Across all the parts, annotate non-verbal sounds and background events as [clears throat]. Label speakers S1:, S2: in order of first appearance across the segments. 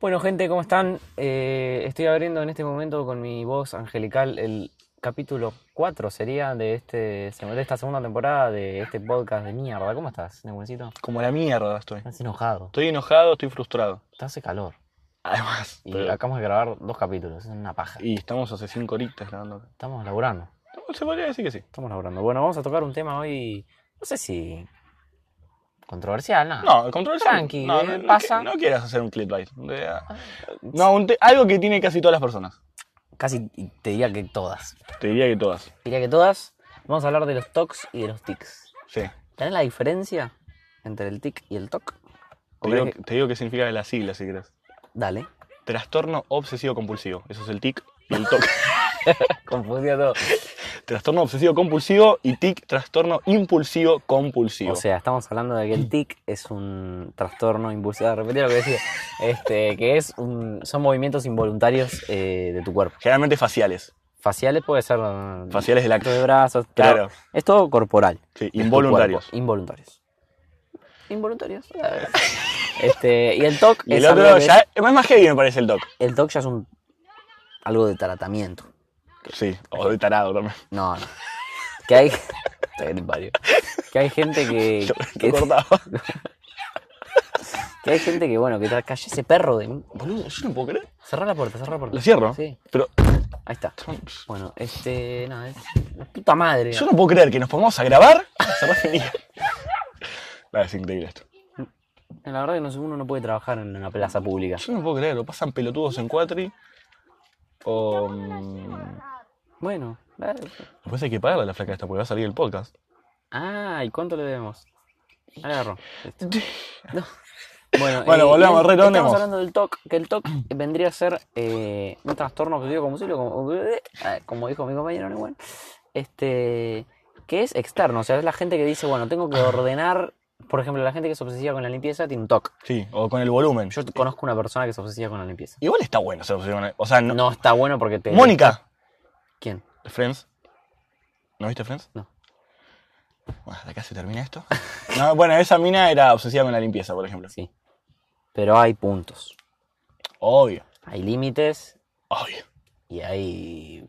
S1: Bueno, gente, ¿cómo están? Eh, estoy abriendo en este momento con mi voz angelical el capítulo 4 sería de, este, de esta segunda temporada de este podcast de mierda. ¿Cómo estás, Nebuencito?
S2: Como la mierda estoy.
S1: Estás enojado,
S2: Estoy enojado, estoy frustrado.
S1: te hace calor.
S2: Además.
S1: Y
S2: pero-
S1: acabamos de grabar dos capítulos, es una paja.
S2: y estamos hace cinco horitas grabando.
S1: Estamos laburando,
S2: Se podría decir que sí.
S1: estamos laburando. Bueno, vamos a tocar un tema hoy, no sé si controversial, nada.
S2: No, el control
S1: Tranqui,
S2: no,
S1: eh,
S2: no, no
S1: pasa. Ah.
S2: qui- No, quieras hacer un clickbait. De- No, un te- algo que tiene casi todas las personas.
S1: Casi te diría que todas.
S2: Te diría que todas.
S1: Diría que todas. Vamos a hablar de los tocs y de los tics.
S2: Sí.
S1: ¿Tenés la diferencia entre el tic y el toc? ¿O
S2: Te digo,
S1: crees que-
S2: te digo qué significa la sigla si querés.
S1: Dale.
S2: Trastorno obsesivo compulsivo. Eso es el tic y el [laughs] toc.
S1: Confundido todo.
S2: trastorno obsesivo compulsivo y tic, trastorno impulsivo compulsivo.
S1: O sea, estamos hablando de que el tic es un trastorno impulsivo. Repetí lo que decía. Este, que es un, son movimientos involuntarios eh, de tu cuerpo.
S2: Generalmente faciales.
S1: Faciales puede ser. mm,
S2: Faciales del acto.
S1: de brazos. pero
S2: Claro.
S1: Es todo corporal.
S2: Sí,
S1: de tu
S2: involuntarios.
S1: cuerpo. Involuntarios. Involuntarios. eh. Este, y el TOC
S2: Y el
S1: es algo
S2: otro
S1: que-
S2: ya es es más heavy me parece el toc.
S1: El TOC ya es un algo de tratamiento.
S2: Sí, o de tarado también.
S1: No, no. Que hay. [laughs] Estoy en varios. Que hay gente
S2: [laughs]
S1: que.
S2: Lo
S1: que-
S2: cortaba.
S1: que hay gente que, bueno, que te calle ese perro de. mí.
S2: Boludo, yo no puedo creer.
S1: Cerrá la puerta, cerrá la puerta.
S2: Lo cierro.
S1: Sí,
S2: Pero
S1: ahí está.
S2: yo
S1: Bueno, este, nada, es la puta madre.
S2: no puedo creer que nos pongamos a grabar. [laughs] Se va genial. No, es increíble esto.
S1: La verdad que no, sé, uno no puede trabajar en una plaza pública.
S2: Yo no puedo creer, lo pasan pelotudos en cuatri. O. mm,
S1: Bueno, eh,
S2: Después hay que pagarle a la flaca esta porque va a salir el podcast.
S1: ah, ¿y cuánto le debemos? Ahí agarró. Listo. No. Bueno,
S2: Bueno,
S1: eh,
S2: volvamos,
S1: bien,
S2: retornemos.
S1: Estamos hablando del TOC, que el TOC vendría a ser eh, un trastorno objetivo compulsivo, como, eh, como dijo mi compañero Neuwen, este, que es externo, o sea, es la gente que dice, bueno, tengo que
S2: Ah.
S1: ordenar, por ejemplo, la gente que es obsesiva con la limpieza tiene un TOC.
S2: Sí, o con el volumen.
S1: Yo conozco una persona que es obsesiva con la limpieza.
S2: Igual está bueno ser obsesivo con el- O sea, no.
S1: No, está bueno porque te.
S2: Mónica.
S1: ¿Quién?
S2: de Friends. ¿No viste Friends?
S1: No.
S2: Bueno, hasta acá se termina esto. [laughs] No, bueno, esa mina era obsesiva con la limpieza, por ejemplo.
S1: Sí. Pero hay puntos.
S2: Obvio,
S1: Hay límites
S2: obvio.
S1: y hay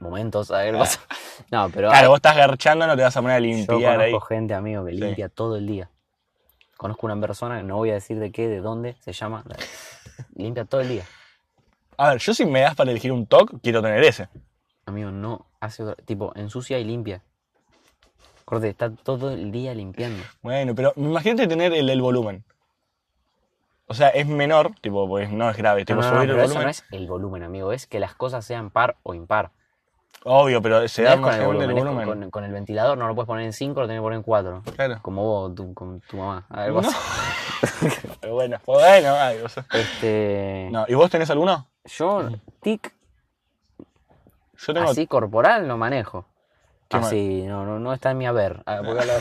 S1: momentos. A ver, vas- [laughs] No, pero
S2: Ah. Claro,
S1: hay-
S2: vos estás garchando, no te vas a poner a
S1: yo
S2: limpiar ahí.
S1: conozco gente, amigo, que
S2: Sí.
S1: limpia todo el día. Conozco una persona, no voy a decir de qué, de dónde, se llama. la- Limpia todo el día.
S2: A ver, yo si me das para elegir un TOC, quiero tener ese.
S1: Amigo, no hace otra. Tipo, ensucia y limpia. Corte, está todo el día limpiando.
S2: Bueno, pero imagínate tener el del volumen. O sea, es menor, tipo, pues no es grave, tipo,
S1: No, no, no,
S2: subir
S1: Ah, pero
S2: el
S1: eso
S2: volumen.
S1: no es el volumen, amigo. Es que las cosas sean par o impar.
S2: Obvio, pero se
S1: No
S2: da
S1: es con
S2: más
S1: el
S2: según del
S1: volumen, es
S2: volumen.
S1: Con, con- con el ventilador no lo puedes poner en 5, lo tenés que poner en 4.
S2: Claro.
S1: Como vos, tu, con tu mamá. Algo
S2: No.
S1: así.
S2: Pero bueno, bueno, ay, o sea.
S1: Este,
S2: No, ¿y vos tenés alguno?
S1: Yo, tic,
S2: Yo tengo.
S1: así corporal no manejo.
S2: Qué mal.
S1: Así, no, no, no está en mi haber. Ah, porque lo-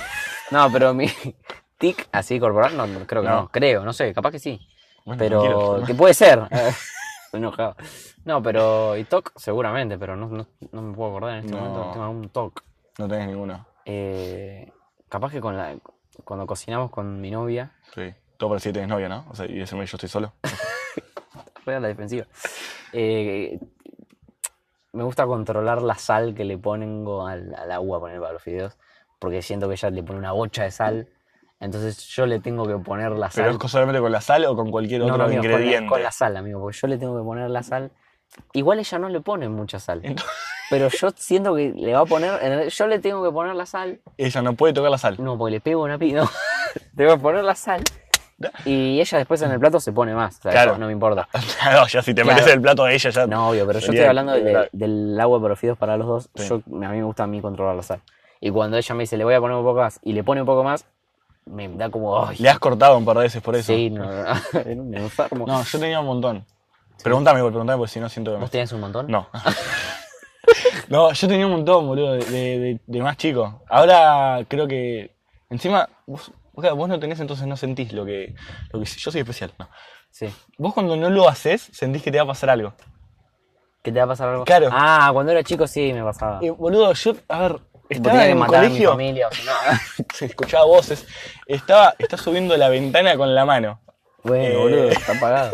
S1: No, pero mi [laughs] tic así corporal no, no, creo que no.
S2: No.
S1: Creo, no sé, capaz que sí.
S2: Bueno,
S1: pero
S2: tranquilo.
S1: que puede ser. [laughs] Estoy enojado. No, pero. Y toc, seguramente, pero no, no, no me puedo acordar en este
S2: No.
S1: momento. Tengo algún toc.
S2: [laughs] No tenés ninguno.
S1: Eh, capaz que con la, cuando cocinamos con mi novia,
S2: Sí. Todo para decir que tenés novia, ¿no? O sea, y ese mes yo estoy solo.
S1: juega a la defensiva. Eh, me gusta controlar la sal que le pongo al, al agua poner para los fideos, porque siento que ella le pone una bocha de sal, entonces yo le tengo que poner la
S2: ¿Pero
S1: sal.
S2: es con- solamente con la sal o con cualquier
S1: No, no,
S2: otro
S1: amigo, con la-
S2: ingrediente?
S1: Con, la, sal, amigo, porque yo le tengo que poner la sal. Igual ella no le pone mucha sal,
S2: Entonces,
S1: pero yo siento que le va a poner, en realidad, yo le tengo que poner la sal, Mm.
S2: ella no puede tocar la sal.
S1: no, porque le pego una pi, no, [laughs] tengo que poner la sal. Y ella después en el plato se pone más, o sea,
S2: Claro.
S1: no- no me importa.
S2: [laughs] no, ya si te
S1: Claro.
S2: metes el plato de ella, ya.
S1: No, obvio, pero yo
S2: Sería
S1: estoy hablando de-
S2: grave.
S1: del agua para los fideos para los dos.
S2: Sí.
S1: Yo, a mí me gusta a mí controlar la sal. Y cuando ella me dice, le voy a poner un poco más, y le pone un poco más, me da como, ay,
S2: Le has cortado un par de veces por eso.
S1: sí, no, no, no, [laughs] era un enfermo.
S2: No, yo tenía un montón. Pregúntame, igual, pregúntame, porque si no siento que me...
S1: ¿Vos tenías un montón?
S2: No. [laughs] no, yo tenía un montón, boludo, de, de- de- de más chico. Ahora creo que... Encima, vos, vos, claro, vos no tenés, entonces no sentís lo que... Lo que yo soy especial, no.
S1: Sí.
S2: Vos cuando no lo haces, sentís que te va a pasar algo.
S1: ¿Qué te va a pasar algo?
S2: Claro.
S1: Ah, cuando era chico sí me pasaba.
S2: Eh, boludo, yo... A ver,
S1: Tipo, tenía
S2: estaba
S1: que
S2: en el
S1: matar a
S2: colegio... Eh,
S1: mi familia. o si no.
S2: [laughs] se escuchaba voces. Estaba, está subiendo la ventana con la mano.
S1: bueno,
S2: Eh.
S1: boludo, está apagado.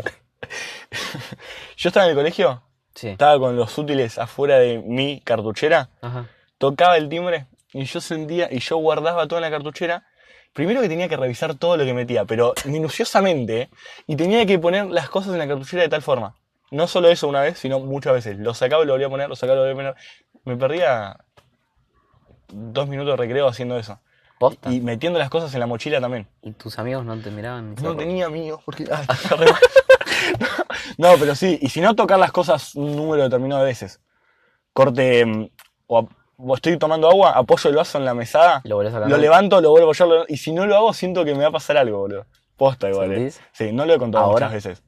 S2: Yo estaba en el colegio,
S1: Sí.
S2: estaba con los útiles afuera de mi cartuchera,
S1: Ajá.
S2: tocaba el timbre y yo sentía y yo guardaba todo en la cartuchera. Primero que tenía que revisar todo lo que metía, pero minuciosamente, ¿eh? y tenía que poner las cosas en la cartuchera de tal forma. No solo eso una vez, sino muchas veces. Lo sacaba y lo volvía a poner, lo sacaba y lo volvía a poner. Me perdía dos minutos de recreo haciendo eso.
S1: Posta.
S2: Y
S1: ¿Y,
S2: metiendo las cosas en la mochila también.
S1: tus amigos no te miraban?
S2: No
S1: Zorro.
S2: tenía amigos porque. ah, [laughs] está re mal. no, pero sí, y si no tocar las cosas un número determinado de veces. Corte. mm, O, ap- o estoy tomando agua, apoyo el vaso en la mesada,
S1: Lo volvés a
S2: lo
S1: cagar.
S2: levanto, lo vuelvo yo. lo- y si no lo hago, siento que me va a pasar algo, boludo. Posta igual. eh.
S1: ¿Sentís?
S2: Sí, no lo he contado
S1: ¿Ahora?
S2: muchas veces.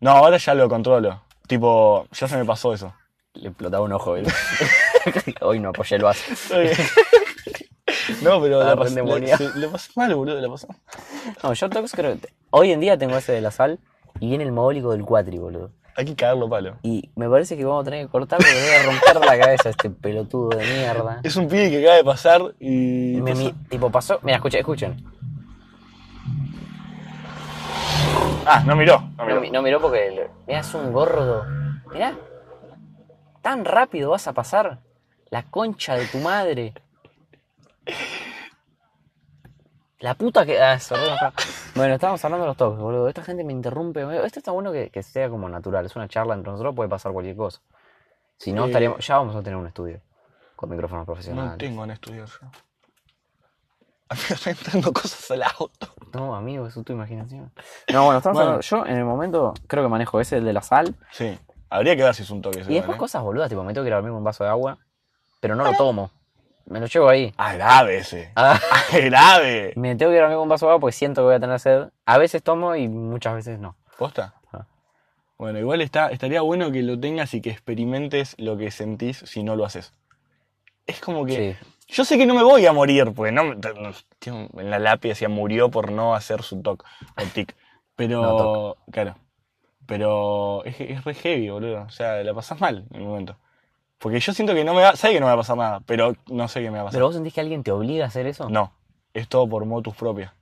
S2: No, ahora ya lo controlo. Tipo, ya se me pasó eso.
S1: Le explotaba un ojo. ¿eh? [laughs] Hoy no apoyé el vaso. [laughs]
S2: no, pero
S1: Estaba
S2: la pas-
S1: rendemonía.
S2: la- se- le pasé mal, boludo, la pasé mal.
S1: No, yo tox creo que... te- Hoy en día tengo ese de la sal y viene el mogólico del cuatri, boludo.
S2: Hay que cagarlo palo.
S1: Y me parece que vamos a tener que cortar porque me voy a romper la cabeza a este pelotudo de mierda.
S2: Es un pibe que acaba de pasar y.
S1: Me-
S2: pasó-
S1: mi- tipo, pasó... Mira, escuchen, escuchen.
S2: Ah, no miró. No miró.
S1: No, mi- no miró porque... le- Mirá, es un gordo. Mirá. Tan rápido vas a pasar la concha de tu madre. La puta que... Ah, cerró la fra- Bueno, estábamos hablando de los toques, boludo. Esta gente me interrumpe. boludo. Esto está bueno que, que sea como natural. Es una charla entre nosotros, puede pasar cualquier cosa. Si no,
S2: Eh.
S1: estaríamos... Ya vamos a tener un estudio con micrófonos
S2: No
S1: profesionales.
S2: tengo en estudiar yo. A mí me están entrando cosas al auto.
S1: No, amigo, eso es tu imaginación. No, bueno, estamos
S2: Bueno.
S1: hablando- Yo en el momento creo que manejo ese, el de la sal.
S2: Sí. Habría que ver si es un toque. ese
S1: Y después
S2: igual, ¿eh?
S1: cosas boludas, tipo, me tengo que ir a dormir con un vaso de agua, pero no lo tomo. Me lo llevo ahí. [laughs]
S2: Ah, grave ese.
S1: Ah,
S2: [laughs] Ah, grave.
S1: me tengo que ir a dormir con un vaso de agua porque siento que voy a tener sed. A veces tomo y muchas veces no.
S2: ¿Posta?
S1: Ah.
S2: Bueno, igual está, estaría bueno que lo tengas y que experimentes lo que sentís si no lo haces. Es como que.
S1: Sí.
S2: Yo sé que no me voy a morir, pues no, no- tío, en la lápida decía murió por no hacer su toc o tic. Pero,
S1: No,
S2: claro. Pero es, es re heavy, boludo. O sea, la pasás mal en el momento. Porque yo siento que no me va, sé que no me va a pasar nada, pero no sé qué me va a pasar.
S1: ¿Pero vos sentís que alguien te obliga a hacer eso?
S2: No, es todo por motus propia.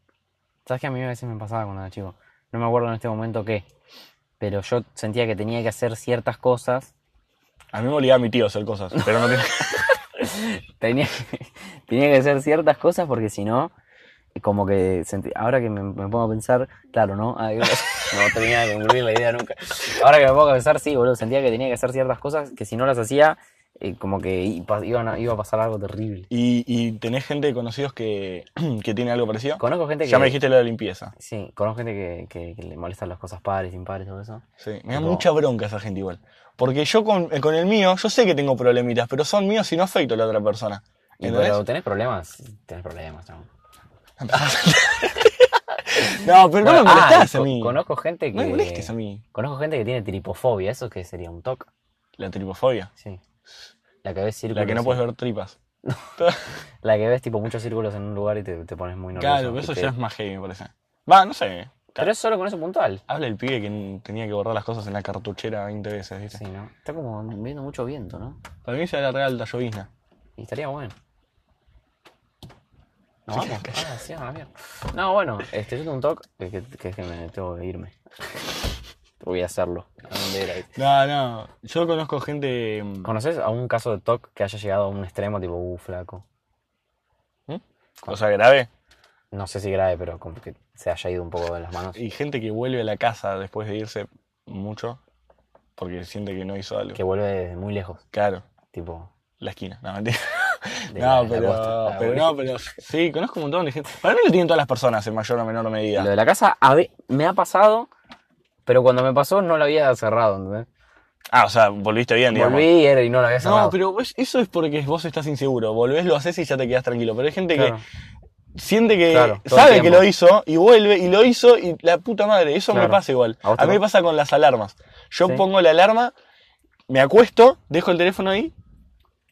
S1: ¿Sabes que a mí a veces me pasaba cuando era chico? No me acuerdo en este momento qué. Pero yo sentía que tenía que hacer ciertas cosas.
S2: A mí me obligaba a mi tío a
S1: [laughs]
S2: hacer cosas, pero no tenía...
S1: Tenía que, [laughs] tenía que hacer ciertas cosas porque si no, como que sentí- ahora que me, me pongo a pensar, claro, ¿no? Ah, digo, [laughs] no terminaba de concluir la idea nunca. Ahora que me pongo a pensar, sí, boludo, sentía que tenía que hacer ciertas cosas que si no las hacía, eh, como que i- pa- iban a- iba a pasar algo terrible.
S2: ¿Y, y tenés gente conocidos que, [clears throat] que tiene algo parecido?
S1: Conozco gente que...
S2: Ya me dijiste lo de limpieza.
S1: Sí, conozco gente que, que- que le molestan las cosas pares, impares, todo eso.
S2: Sí, me da
S1: No.
S2: mucha bronca esa gente igual. Porque yo con, eh, con el mío, yo sé que tengo problemitas, pero son míos y no afecto a la otra persona.
S1: Y,
S2: ¿Entendés?
S1: pero tenés problemas, tenés problemas, chabón.
S2: [laughs] No, pero no
S1: Bueno,
S2: me
S1: ah,
S2: molestás
S1: co-
S2: a mí.
S1: Conozco gente que...
S2: No me molestes a mí.
S1: Conozco gente que tiene tripofobia, eso que sería un toque.
S2: La tripofobia.
S1: Sí. La que ves círculos.
S2: La que no puedes ver tripas.
S1: La que ves tipo muchos círculos en un lugar y te, te pones muy nervioso.
S2: claro, pero eso
S1: y te-
S2: ya es más heavy, me parece. Va, no sé.
S1: Pero es solo con eso puntual.
S2: Habla el pibe que tenía que guardar las cosas en la cartuchera 20 veces, ¿viste?
S1: Sí, ¿no? Está como viendo mucho viento, ¿no?
S2: Para mí se da la real alta llovizna.
S1: Y estaría bueno. No,
S2: Sí,
S1: vamos.
S2: calla.
S1: Ah, sí, a la mierda. No, bueno, este, yo tengo un toque que, que, que es que me tengo que irme. Voy a hacerlo. ¿A dónde era?
S2: No, no. Yo conozco gente. mm,
S1: ¿Conoces algún caso de TOC que haya llegado a un extremo tipo, uh, flaco?
S2: O sea, grave.
S1: No sé si grave, pero como que se haya ido un poco de las manos.
S2: Y gente que vuelve a la casa después de irse mucho porque siente que no hizo algo.
S1: Que vuelve desde muy lejos.
S2: Claro,
S1: Tipo,
S2: la esquina. No, mentira.
S1: [laughs] de la-
S2: No,
S1: de la
S2: pero,
S1: costa. Ah,
S2: pero
S1: bueno.
S2: no, pero sí, conozco un montón de gente. Para mí lo tienen todas las personas en mayor o menor medida.
S1: Lo de la casa a ve- me ha pasado, pero cuando me pasó no la había cerrado, ¿entendés?
S2: Ah, o sea, volviste bien, digamos.
S1: Volví y era- y no la había cerrado.
S2: No, pero vos- eso es porque vos estás inseguro. Volvés, lo haces y ya te quedás tranquilo. Pero hay gente
S1: Claro.
S2: que siente que
S1: Claro, todo el
S2: sabe que
S1: tiempo.
S2: lo hizo y vuelve y lo hizo y la puta madre. Eso
S1: Claro.
S2: me pasa igual.
S1: ¿A vos te
S2: A mí me
S1: pasa?
S2: pasa con las alarmas. Yo
S1: Sí.
S2: pongo la alarma, me acuesto, dejo el teléfono ahí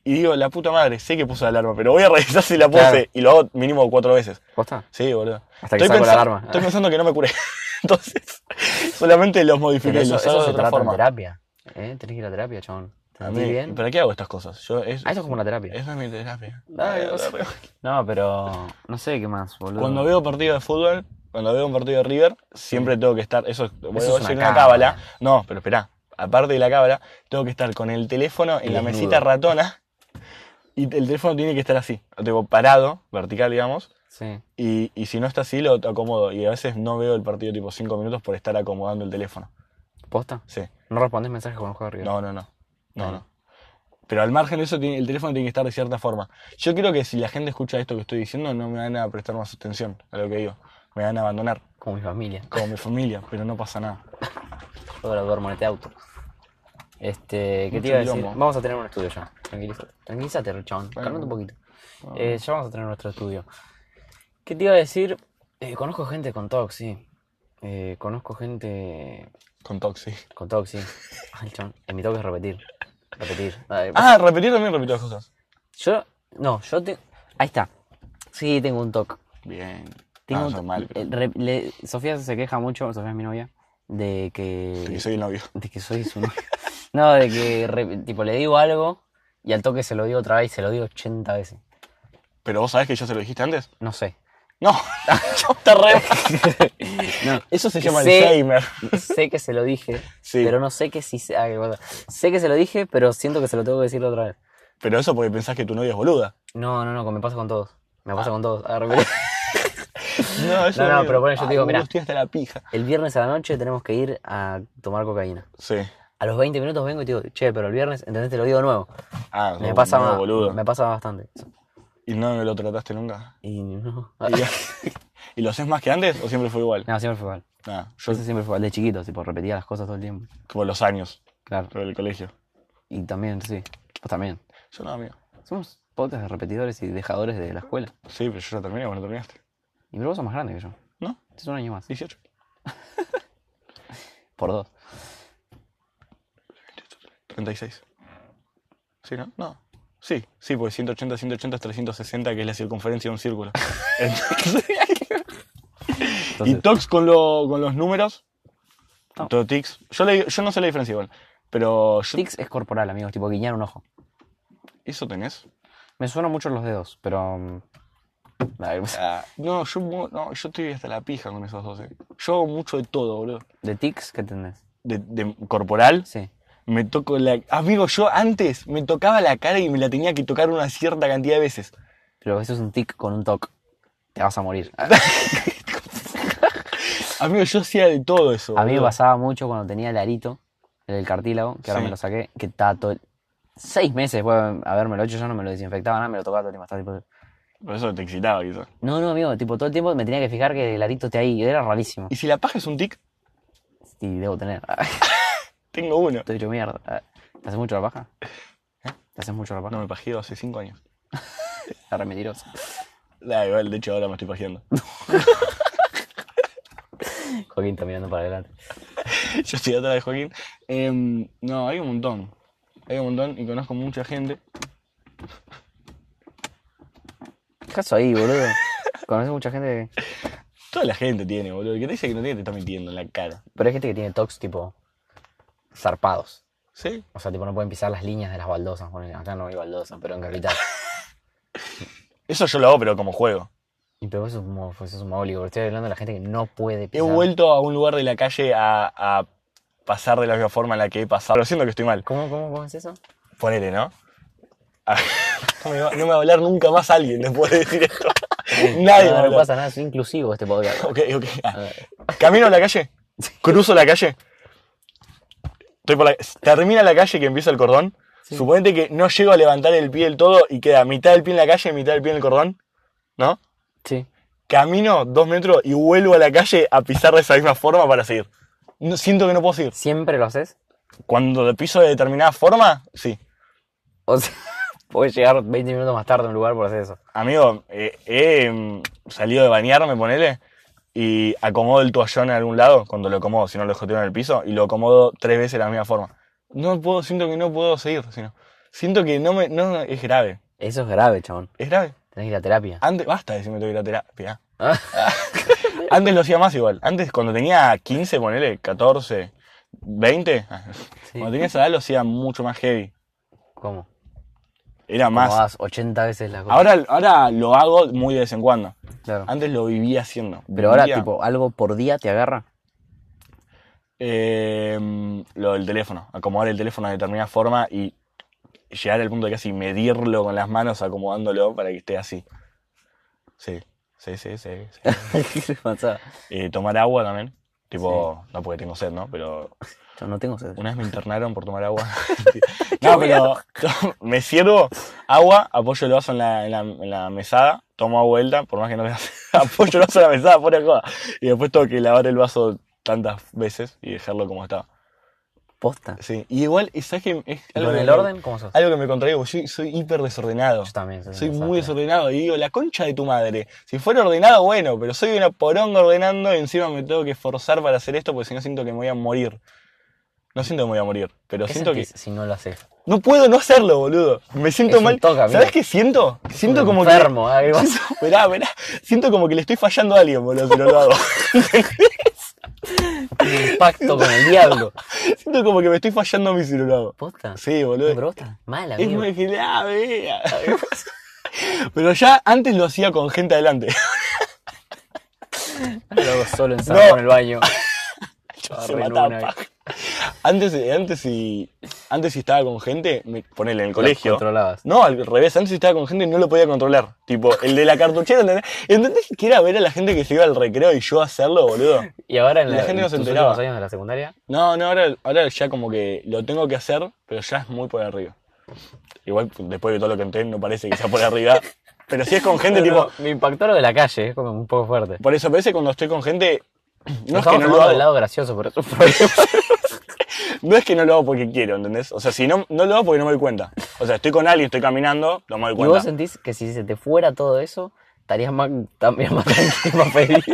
S2: y digo, la puta madre, sé que puse la alarma, pero voy a revisar si la puse
S1: Claro.
S2: y lo hago mínimo cuatro veces.
S1: ¿Posta?
S2: Sí, boludo.
S1: Hasta que saco la
S2: pensa-
S1: alarma.
S2: Estoy pensando que no me curé. [laughs] Entonces, solamente los
S1: Pero
S2: modifiqué,
S1: eso,
S2: los
S1: eso
S2: hago de
S1: se
S2: otra
S1: trata en
S2: forma.
S1: terapia. ¿eh? Tenés que ir a terapia, chabón. ¿Te
S2: A
S1: sentís
S2: mí-
S1: bien?
S2: ¿Para qué hago estas cosas? Yo, es,
S1: Ah, eso es como una terapia.
S2: Esa es mi terapia.
S1: Ay, no sé. No, pero no sé qué más, boludo.
S2: Cuando veo partidos de fútbol, cuando veo un partido de River, siempre tengo que estar. Eso, es- voy
S1: es
S2: a
S1: una
S2: decir una
S1: cábala.
S2: cábala. No, pero esperá. Aparte de la cábala, tengo que estar con el teléfono en la
S1: Desnudo.
S2: mesita ratona. Y el teléfono tiene que estar así. Tipo, parado, vertical, digamos.
S1: Sí.
S2: Y, y si no está así, lo acomodo. Y a veces no veo el partido tipo 5 minutos por estar acomodando el teléfono.
S1: ¿Posta?
S2: Sí.
S1: No respondes mensajes con el juego de River.
S2: No, no, no. No, no. Pero al margen de eso, tiene- el teléfono tiene que estar de cierta forma. Yo creo que si la gente escucha esto que estoy diciendo, no me van a prestar más atención a lo que digo. Me van a abandonar,
S1: Como mi familia.
S2: como mi familia, pero no pasa nada.
S1: Yo ahora duermo en este auto. Este, ¿qué
S2: Mucho
S1: te iba a decir?
S2: quilombo.
S1: Vamos a tener un estudio ya. Tranquilízate, tranquilízate chabón.
S2: Bueno.
S1: Calmate un poquito. Eh, ya vamos a tener nuestro estudio. ¿Qué te iba a decir? Eh, conozco gente con TOC, sí. Eh, conozco gente
S2: Con Toxi.
S1: con TOC,
S2: [laughs]
S1: sí. Ay, chabón. Eh, mi toque es repetir. Repetir. Ay,
S2: Ah, repetir también repito las cosas.
S1: Yo, no, yo te... Ahí está. Sí, tengo un TOC.
S2: Bien.
S1: Tengo
S2: Tengo
S1: un toc.
S2: Ah, mal.
S1: Eh, re- le- Sofía se queja mucho, Sofía es mi novia, de que...
S2: Que soy el novio.
S1: De que soy su novio. [laughs] No, de que re- tipo le digo algo y al toque se lo digo otra vez y se lo digo 80 veces.
S2: Pero vos sabés que yo se lo dijiste antes.
S1: No sé. [laughs]
S2: [laughs] No, yo te re.
S1: No,
S2: Eso se llama
S1: Sí.
S2: Alzheimer.
S1: sé que se lo dije,
S2: Sí.
S1: pero no sé que si se- ah, qué pasa. Sé que se lo dije, pero siento que se lo tengo que decir otra vez.
S2: Pero eso porque pensás que tu novia es boluda.
S1: No, no, no, con- me pasa con todos. Me
S2: Ah.
S1: pasa con todos. A ver,
S2: No,
S1: No, no, pero bueno, yo te digo, mirá.
S2: mira. Estoy hasta Ah, la pija.
S1: [laughs] el viernes a la noche tenemos que ir a tomar cocaína.
S2: Sí.
S1: A los 20 minutos vengo y te digo, che, pero el viernes, ¿entendés? Te lo digo de nuevo.
S2: Ah,
S1: Me
S2: sos
S1: pasa,
S2: medio
S1: ma-
S2: boludo.
S1: me pasa bastante. eso.
S2: ¿Y no lo
S1: [laughs]
S2: trataste nunca?
S1: Y no.
S2: ¿Y, ¿Y lo haces más que antes o siempre fue igual?
S1: [laughs] No, siempre fue mal.
S2: Ah, yo,
S1: Eso siempre fue mal. De chiquito, tipo, repetía las cosas todo el tiempo.
S2: como los años
S1: Claro.
S2: del colegio.
S1: Y también, sí. Vos también.
S2: Yo no, amigo.
S1: Somos podcast de repetidores y dejadores de la escuela.
S2: Sí, pero yo no terminé cuando terminaste.
S1: Y pero vos sos más grande que yo.
S2: ¿No?
S1: Es un año más.
S2: 18.
S1: Por dos.
S2: 36. ¿Sí, no? No. Sí, sí, pues porque 180, 180 es 360, que es la circunferencia de un círculo. Entonces-
S1: Entonces,
S2: y tox con, lo- con los números.
S1: No.
S2: Todo tics. Yo, le- yo no sé la diferencia igual. Pero yo-
S1: tics es corporal, amigos. Tipo, guiñar un ojo.
S2: ¿Eso tenés?
S1: Me suenan mucho los dedos, pero... um, ay, pues,
S2: No, yo, mo- no, yo estoy hasta la pija con esos dos. eh. Yo hago mucho de todo, boludo.
S1: ¿De tics qué tenés?
S2: De, de corporal.
S1: Sí.
S2: Me toco la. Amigo, yo antes me tocaba la cara y me la tenía que tocar una cierta cantidad de veces.
S1: Pero eso es un tic con un toc. Te vas a morir.
S2: Amigo, yo hacía de todo eso.
S1: A mí me
S2: boludo.
S1: pasaba mucho cuando tenía el arito, el del cartílago, que ahora
S2: Sí.
S1: me lo saqué, que estaba todo... el- Seis meses después de habérmelo hecho, yo no me lo desinfectaba nada, me lo tocaba todo el tiempo. estaba tipo-
S2: Por eso te excitaba, quizás.
S1: No, no, amigo, tipo, todo el tiempo me tenía que fijar que el arito esté ahí, era rarísimo.
S2: Y si la paja es un tic,
S1: Y debo tener. [laughs]
S2: tengo uno.
S1: Estoy hecho mierda. ¿Te haces mucho la paja? ¿Eh? ¿Te haces mucho la paja?
S2: No me pajeo hace 5 años.
S1: Está re mentiroso.
S2: Da igual, de hecho ahora me estoy pajeando. [laughs]
S1: Joaquín está mirando para adelante.
S2: yo estoy atrás de Joaquín. Em, no, hay un montón. Hay un montón y conozco mucha gente.
S1: Caso ahí, boludo. Conoces mucha gente. que-
S2: Toda la gente tiene, boludo. El que te dice que no tiene te está mintiendo en la cara.
S1: Pero hay gente que tiene tocs tipo. zarpados.
S2: ¿Sí?
S1: O sea, tipo, no pueden pisar las líneas de las baldosas. ponele. acá no hay baldosas, pero en capital.
S2: Eso yo lo hago, pero como juego.
S1: Y pero eso es como. pues, Eso es un mogólico, pero Estoy hablando de la gente que no puede
S2: He
S1: pisar.
S2: vuelto a un lugar de la calle a, a pasar de la misma forma en la que he pasado. Pero siento que estoy mal.
S1: ¿Cómo, cómo, cómo es eso?
S2: Ponele, ¿no? [laughs] A- No me, va, no me va a hablar nunca más alguien después de decir esto. [laughs] Nadie me va a
S1: no, no
S2: hablar.
S1: pasa nada, es inclusivo este podcast.
S2: [laughs] Ok, ok. Camino a la calle. Cruzo la calle. Estoy por la- Termina la calle que empieza el cordón. Suponete que no llego a levantar el pie del todo y queda mitad del pie en la calle y mitad del pie en el cordón. ¿No?
S1: Sí.
S2: Camino dos metros y vuelvo a la calle a pisar de esa misma forma para seguir. No- siento que no puedo seguir.
S1: ¿Siempre lo haces?
S2: Cuando lo piso de determinada forma, sí.
S1: O sea, [laughs] puedes llegar 20 minutos más tarde a un lugar por hacer eso.
S2: Amigo, eh, he mm, salido de bañarme, ponele, y acomodo el toallón en algún lado, cuando lo acomodo, si no lo dejo tirado en el piso, y lo acomodo tres veces de la misma forma. No puedo, siento que no puedo seguir, sino, siento que no me, no, es grave,
S1: Eso es grave, chabón.
S2: es grave.
S1: Tenés que ir a terapia.
S2: Antes, basta de decirme tengo que ir a terapia.
S1: Ah.
S2: Antes lo hacía más igual, antes cuando tenía 15, ponele, ah, 14, 20, cuando tenía esa edad lo hacía mucho más heavy.
S1: [laughs] ¿Cómo?
S2: Era
S1: Como
S2: más.
S1: vas 80 veces la cosa.
S2: Ahora, ahora lo hago muy de vez en cuando.
S1: Claro.
S2: Antes lo vivía haciendo.
S1: Pero ahora,
S2: Vivía,
S1: tipo, algo por día te agarra. [laughs]
S2: eh, lo del teléfono. Acomodar el teléfono de determinada forma y llegar al punto de casi medirlo con las manos acomodándolo para que esté así. Sí, sí, sí, sí. sí.
S1: ¿Qué te pasa?
S2: Eh, tomar agua también. Tipo, no porque tengo sed, ¿no? Pero
S1: Yo no tengo sed.
S2: Una vez me internaron por tomar agua. [laughs] no, pero [laughs] me sirvo agua, apoyo el vaso en la, en la, en la mesada, tomo vuelta, por más que no me [laughs] apoyo el vaso en la mesada, fuera de joda. Y después tengo que lavar el vaso tantas veces y dejarlo como estaba.
S1: Posta.
S2: Sí, y igual, ¿sabes qué? Es algo
S1: ¿Con
S2: que
S1: el
S2: me-
S1: orden? ¿Cómo sos?
S2: Algo que me contraigo, soy, soy hiper desordenado.
S1: Yo también. soy un
S2: Soy
S1: desastre.
S2: muy desordenado y digo, la concha de tu madre. Si fuera ordenado, bueno, pero soy una poronga ordenando y encima me tengo que esforzar para hacer esto porque si no siento que me voy a morir. No siento que me voy a morir, pero
S1: ¿Qué
S2: siento que...
S1: sentís si no lo haces?
S2: No puedo no hacerlo, boludo. Me siento
S1: Es un
S2: mal.
S1: toque, amigo.
S2: ¿Sabes qué siento? Siento como que... [laughs]
S1: Enfermo, ¿eh? Algo así.
S2: Verá, verá. Siento como que le estoy fallando a alguien, boludo, si no lo hago. [laughs]
S1: Un pacto con el diablo.
S2: siento como que me estoy fallando a mí si no lo hago.
S1: Posta.
S2: Sí,
S1: No,
S2: boludo.
S1: pero posta. Mal,
S2: Es
S1: amigo.
S2: muy genial, ah, vea. [laughs] Pero ya antes lo hacía con gente adelante. [laughs]
S1: Lo hago solo encerrado en el
S2: [laughs]
S1: baño.
S2: Yo
S1: Ah,
S2: se
S1: re
S2: mataba
S1: luna.
S2: paja. Antes, eh, antes si, antes si estaba con gente, me, ponele en el colegio.
S1: controlabas.
S2: No, al revés, antes si estaba con gente no lo podía controlar. Tipo, el de la cartuchera, ¿entendés? ¿Entendés que era ver a la gente que se iba al recreo y yo hacerlo, boludo?
S1: Y ahora en
S2: La
S1: la,
S2: gente
S1: en
S2: no se
S1: tus
S2: enteraba.
S1: últimos años de la secundaria,
S2: No, no, ahora, ahora ya como que lo tengo que hacer, pero ya es muy por arriba. Igual, después de todo lo que entré, no parece que sea por arriba. Pero si es con gente,
S1: [laughs] Pero
S2: tipo,
S1: no, me impactó lo de la calle, es como un poco fuerte.
S2: Por eso, parece cuando estoy con gente. No
S1: Nos
S2: es, que
S1: estamos
S2: no, lo
S1: tomando del
S2: hago,
S1: lado gracioso, pero es un problema.
S2: no es que no lo hago porque quiero, ¿entendés? O sea, si no, no lo hago porque no me doy cuenta. O sea, estoy con alguien, estoy caminando, no me doy
S1: y vos
S2: cuenta.
S1: sentís que si se te fuera todo eso, estarías más, también más tranquilo, más [laughs] feliz.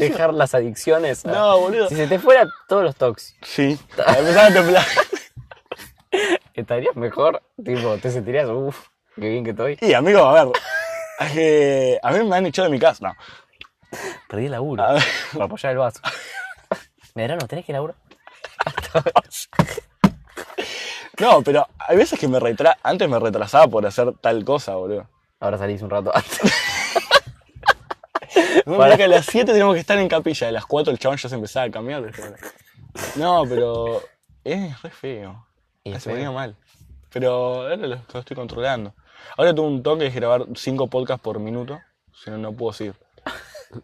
S1: Dejar las adicciones. a-
S2: No, boludo.
S1: Si se te fuera todos los tox,
S2: Sí. Empezaba a temblar. [laughs]
S1: estarías mejor. Tipo, te sentirías, uff, qué bien que estoy.
S2: Y amigo, a ver. es que a mí me han echado de mi casa. No.
S1: Perdí el laburo. [laughs]
S2: A ver.
S1: Para apoyar el vaso. ¿Me verano tenés que laburar?
S2: No, pero hay veces que me retra antes me retrasaba por hacer tal cosa,
S1: [laughs]
S2: boludo.
S1: Ahora salís un rato antes. [laughs]
S2: No,
S1: Para.
S2: mirá que a las 7 tenemos que estar en capilla. A las 4 el chabón ya se empezaba a cambiar. No, pero es re feo.
S1: Y
S2: Ah,
S1: es
S2: se ponía
S1: feo.
S2: mal. Pero ahora lo, lo estoy controlando. Ahora tuve un toque de grabar 5 podcasts por minuto. Si no, no
S1: [laughs]
S2: puedo seguir.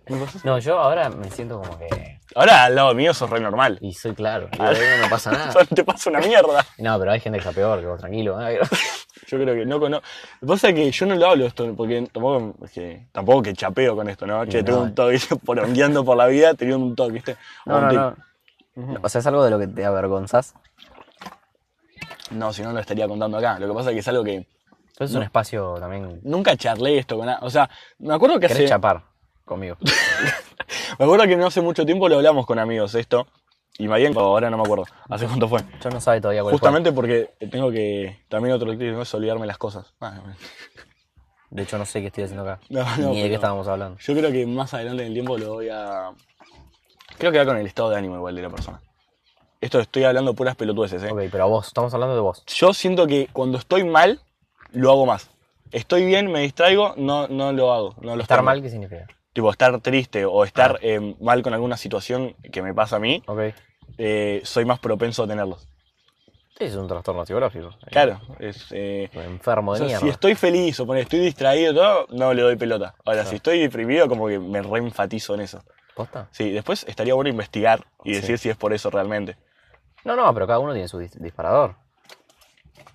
S2: ¿Me pasa?
S1: No, yo ahora me siento como que.
S2: Ahora al lado mío sos re normal.
S1: Y soy claro. [laughs] y ahí no pasa nada.
S2: Te pasa una mierda.
S1: No, pero hay gente que está peor, que vos tranquilo. ¿eh?
S2: Yo creo que no conozco. Lo que pasa es que yo no lo hablo esto, porque tampoco es que, tampoco que chapeo con esto, ¿no? Che,
S1: No.
S2: tengo un toque, [laughs] porongueando por la vida, tenía un toque, ¿viste?
S1: [laughs]
S2: O
S1: No,
S2: un
S1: no,
S2: tic.
S1: no. No, O sea, es algo de lo que te avergonzás.
S2: No, si no lo estaría contando acá. Lo que pasa es que es algo que
S1: Pero es un espacio también.
S2: nunca charlé esto con nada. O sea, me acuerdo que
S1: ¿Querés
S2: hace,
S1: chapar conmigo? [laughs]
S2: me acuerdo que no hace mucho tiempo lo hablamos con amigos esto. Y me habían ahora no me acuerdo. ¿Hace cuánto fue?
S1: Yo no sabe todavía cuál es
S2: Justamente porque tengo que también otro tip no es olvidarme las cosas. Ah,
S1: cuál. De hecho, no sé qué estoy haciendo acá.
S2: No, no,
S1: Ni de
S2: pero-
S1: qué estábamos hablando.
S2: yo creo que más adelante en el tiempo lo voy a Creo que va con el estado de ánimo igual de la persona. Esto estoy hablando puras pelotudeces, ¿eh?
S1: Ok, pero a vos, estamos hablando de vos.
S2: Yo siento que cuando estoy mal lo hago más. Estoy bien, me distraigo, no no lo hago, no lo
S1: ¿Estar
S2: tengo.
S1: mal Ah. qué significa?
S2: tipo estar triste o estar eh, mal con alguna situación que me pasa a mí,
S1: Ok.
S2: eh, soy más propenso a tenerlos.
S1: Sí, es un trastorno psicológico.
S2: Claro, es, eh,
S1: Un enfermo
S2: o
S1: de
S2: sea,
S1: mierda.
S2: si estoy feliz o poner, estoy distraído, todo, no le doy pelota. Ahora, si estoy deprimido, como que me reenfatizo en eso.
S1: ¿Posta?
S2: Sí, después estaría bueno investigar y
S1: Sí.
S2: decir si es por eso realmente.
S1: No, no, pero cada uno tiene su dis- disparador.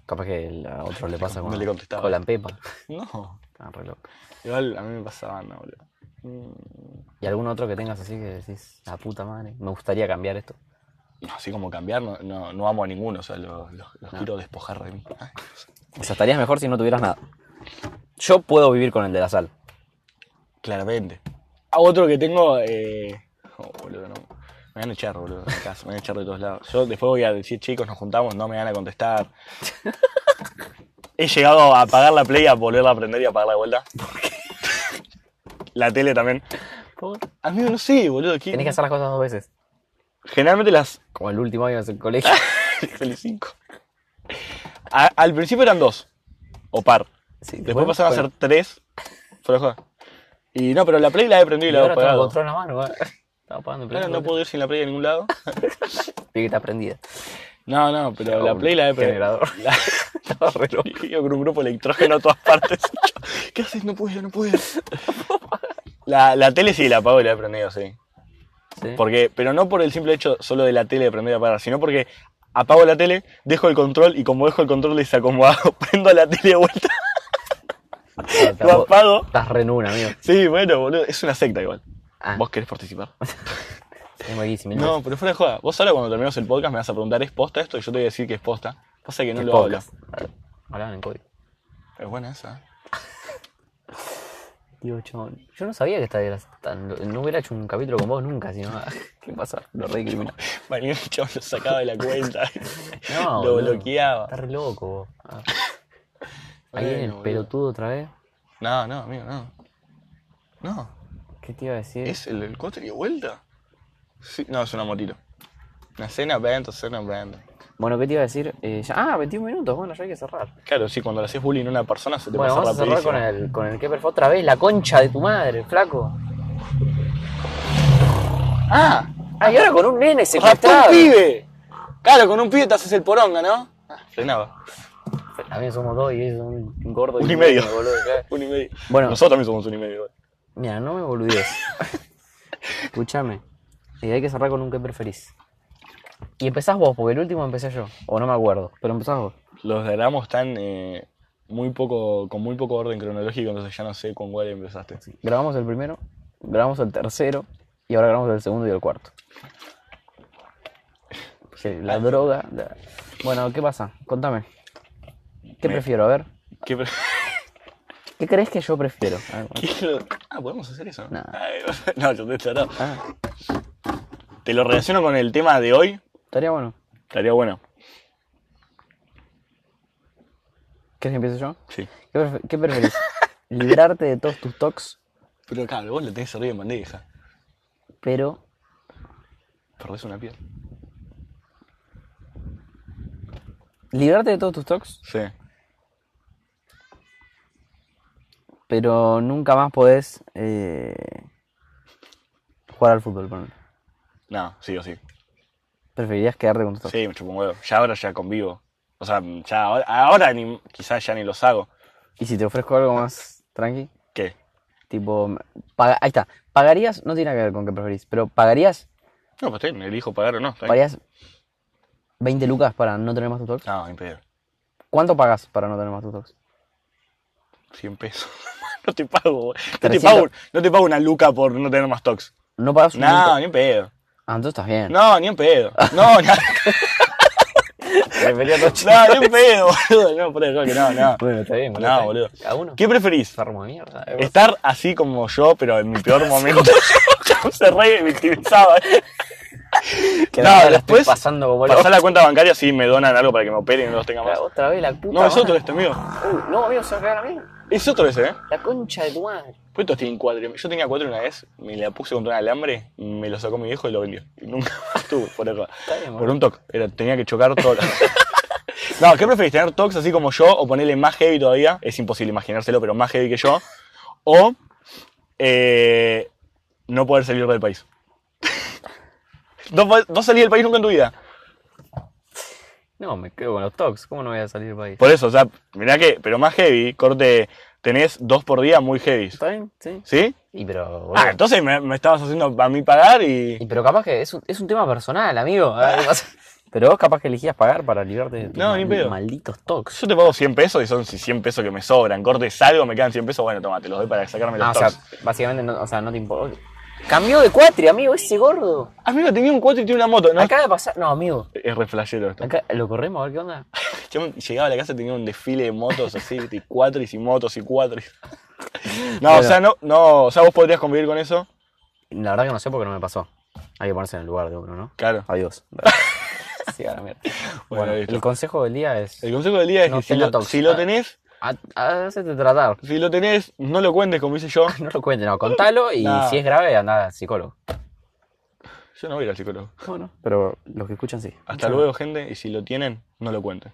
S1: Capaz que el- a otro le pasa
S2: No
S1: con,
S2: le contestaba.
S1: con la pepa.
S2: No,
S1: Ah, re loco.
S2: igual a mí me pasaba, no, boludo.
S1: ¿Y algún otro que tengas así que decís, la puta madre, me gustaría cambiar esto?
S2: No, así como cambiar, no, no, no amo a ninguno, o sea, los, los- los quiero despojar de mí. Ay,
S1: O sea, estarías mejor si no tuvieras nada. Yo puedo vivir con el de la sal.
S2: claramente. Ah, otro que tengo, eh... oh, boludo, no. Me van a echar, boludo, de casa, me van a echar de todos lados. Yo después voy a decir, chicos, nos juntamos, no me van
S1: [laughs]
S2: a contestar. He llegado a apagar la play, a volverla a prender y a apagar la vuelta. [laughs] La tele también. Amigo, no sé, boludo. ¿qué-
S1: Tenés que hacer las cosas dos veces.
S2: Generalmente las [laughs]
S1: Como el último año del colegio.
S2: Feliz 5. a- al principio eran dos, o par.
S1: Sí,
S2: Después pasaron a ser tres, fuera de joda. Y no, pero la Play la he prendido y
S1: Y
S2: la he
S1: ahora tengo el
S2: apagado.
S1: control en la mano, güey. Estaba pagando
S2: Ahora no puedo ir sin la Play a ningún lado.
S1: que está prendida.
S2: No, no, pero la Play la he [laughs] prendido.
S1: Generador. [laughs] Estaba re loco.
S2: Yo con un grupo electrógeno a todas
S1: [laughs]
S2: partes. ¿Qué haces? No puedo, no puedo. La, la tele sí la apago y la he prendido, sí.
S1: Sí.
S2: Porque, pero no por el simple hecho solo de la tele de prender y apagar, sino porque apago la tele, dejo el control y como dejo el control desacomodado, [laughs] prendo la tele de vuelta,
S1: Ah,
S2: lo
S1: tampoco-
S2: apago.
S1: Estás re en una, amigo.
S2: Sí, bueno, boludo, es una secta igual.
S1: Ah,
S2: ¿Vos querés participar?
S1: es buenísimo.
S2: No, pero fuera de joda. Vos ahora cuando terminemos el podcast me vas a preguntar, ¿es posta esto? Y yo te voy a decir que es posta. Pasa que no
S1: Es
S2: lo hablo.
S1: podcast. Hablaban en código.
S2: Es buena esa.
S1: Digo, chabón, Yo no sabía que estarías tan. No hubiera hecho un capítulo con vos nunca, sino. [laughs] ¿Qué pasa? Lo re
S2: [laughs]
S1: criminal.
S2: María el chabón lo sacaba de la [laughs] cuenta.
S1: No,
S2: lo
S1: boludo.
S2: bloqueaba.
S1: Estás re loco vos. Ah. [coughs] Ahí
S2: Bueno,
S1: viene el
S2: boludo.
S1: pelotudo otra vez.
S2: No, no, amigo, no. No.
S1: ¿Qué te iba a decir?
S2: ¿Es el, el coche que vuelta? Sí, no, es una motito. Una cena brand, cena brand.
S1: Bueno, ¿qué te iba a decir? Eh, ya- Ah, 21 minutos. Bueno, ya hay que cerrar.
S2: Claro, sí, cuando le haces bullying a una persona se te
S1: Bueno,
S2: pasa
S1: vamos a cerrar
S2: rapidísimo.
S1: con el, con el Kepper fue otra vez, la concha de tu madre, flaco.
S2: ¡Ah!
S1: Ah, y ahora con un nene
S2: ¡Raptó
S1: secuestrado.
S2: un pibe! Claro, con un pibe te haces el poronga, ¿no? Ah, frenaba.
S1: También somos dos y es un gordo
S2: Un y medio.
S1: boludo, claro.
S2: Un y medio.
S1: Bueno.
S2: Nosotros también somos un y medio. igual.
S1: Mira, no me
S2: [laughs]
S1: boludees. Escúchame. Y hay que cerrar con un Kepper feliz. Y empezás vos, porque el último empecé yo. O no me acuerdo, pero empezás vos.
S2: Los diagramas están eh, muy poco, con muy poco orden cronológico, entonces ya no sé con cuál empezaste.
S1: Grabamos el primero, grabamos el tercero, y ahora grabamos el segundo y el cuarto. Sí, la droga. la- Bueno, ¿qué pasa? Contame. ¿Qué
S2: Me-
S1: prefiero? A ver.
S2: ¿Qué pre-
S1: ¿Qué crees que yo prefiero? A ver,
S2: qué es lo- Ah, ¿podemos hacer eso?
S1: No.
S2: Ay, no, [laughs] yo te he tratado.
S1: ah,
S2: Te lo relaciono con el tema de hoy.
S1: estaría bueno.
S2: Estaría bueno.
S1: ¿Quieres que empiece yo?
S2: Sí.
S1: ¿Qué, pref- qué
S2: [laughs]
S1: preferís? ¿Librarte de todos tus tocs,
S2: Pero claro, vos le tenés servido en bandeja.
S1: pero
S2: Perdés una piel.
S1: librarte de todos tus tocs,
S2: Sí.
S1: pero nunca más podés eh, jugar al fútbol? ponele?
S2: No, sí o sí.
S1: ¿Preferirías quedarte con tus tocs?
S2: Sí, me chupo un huevo. Ya ahora ya convivo. O sea, ya ahora, ahora ni, quizás ya ni los hago.
S1: ¿Y si te ofrezco algo más tranqui?
S2: ¿Qué?
S1: Tipo, me- paga- ahí está. ¿Pagarías? No tiene nada que ver con qué preferís, pero ¿pagarías?
S2: No, pues me elijo pagar o no. está bien.
S1: ¿Pagarías 20 lucas para no tener más tus tocs?
S2: No, ni pedo.
S1: ¿Cuánto pagas para no tener más tus tocs?
S2: 100 pesos. [laughs] no te pago, no te
S1: 300.
S2: pago, no te pago una luca por no tener más tox.
S1: No pagas un
S2: No,
S1: minuto.
S2: ni en pedo.
S1: Ah, entonces estás bien.
S2: No, ni en pedo. No, [laughs] ni,
S1: Prefería dos [laughs]
S2: no, ni en pedo, boludo. No, por eso que no, no.
S1: Bueno, está bien,
S2: boludo, No, está bien. boludo.
S1: ¿A uno?
S2: ¿Qué preferís?
S1: Enfermo de mierda. eh,
S2: Estar así como yo, pero en mi [laughs] peor momento. [laughs] Se re victimizaba.
S1: que
S2: no,
S1: ahora la
S2: después-
S1: Estoy pasando como loco.
S2: Pasar la cuenta bancaria si me donan algo para que me operen y no los tenga más.
S1: Otra vez la puta.
S2: No, es
S1: madre.
S2: otro este, amigo.
S1: Uy, no, amigo, se va a cagar a mí.
S2: Es otro ese, ¿eh?
S1: La concha de tu madre.
S2: Pues estos tienen cuatro. Yo tenía cuatro una vez, me la puse contra un alambre, me lo sacó mi viejo y lo vendió. Y nunca [laughs] más tuve, por error.
S1: bien,
S2: Por un toque. Era- Tenía que chocar todo. [laughs] no, ¿qué preferís? ¿Tener toques así como yo o ponerle más heavy todavía? Es imposible imaginárselo, pero más heavy que yo. O eh, no poder salir del país. [laughs] no, poder- no salir del país nunca en tu vida.
S1: No, me quedo con los tocs. ¿Cómo no voy a salir del país?
S2: Por eso, o sea, mirá que, pero más heavy, corte, tenés dos por día muy heavy.
S1: ¿Está bien? Sí.
S2: ¿Sí?
S1: Y pero, boludo.
S2: Ah, entonces me, me estabas haciendo a mí pagar y...
S1: Y pero capaz que es un, es un tema personal, amigo. [laughs] Ah, ¿qué pasa? Pero vos capaz que elegías pagar para librarte de tus
S2: No, ni pedo.
S1: malditos tocs.
S2: Yo te pago 100 pesos y son 100 pesos que me sobran. Corte, salgo, me quedan 100 pesos. Bueno, toma, te los doy para sacarme los
S1: Ah, o sea,
S2: tocs.
S1: básicamente no, o sea, no te importa. Cambió de cuatri, amigo, ese gordo.
S2: Amigo, tenía un 4 y tiene una moto. ¿no?
S1: Acaba de pasar. No, amigo.
S2: Es re flashero esto.
S1: Acá lo corremos a ver qué onda.
S2: Yo me- llegaba a la casa y tenía un desfile de motos así, y cuatris y motos y cuatris. [laughs] No, o
S1: Bueno.
S2: sea, no, no, o sea, vos podrías convivir con eso.
S1: La verdad que no sé porque no me pasó. Hay que ponerse en el lugar de uno, ¿no?
S2: Claro. [laughs]
S1: Adiós. sí, a la mierda.
S2: Bueno,
S1: Bueno,
S2: listo.
S1: el consejo del día es.
S2: El consejo del día es
S1: No
S2: que si
S1: tengo
S2: lo,
S1: tocs.
S2: si lo tenés,
S1: ha- Hacete tratar.
S2: si lo tenés, no lo cuentes como hice yo.
S1: No lo cuentes, no, contalo y
S2: No.
S1: si es grave, anda al psicólogo.
S2: Yo no voy a ir al psicólogo.
S1: Bueno, pero los que escuchan sí.
S2: Hasta luego, gente, y si lo tienen, no lo cuenten.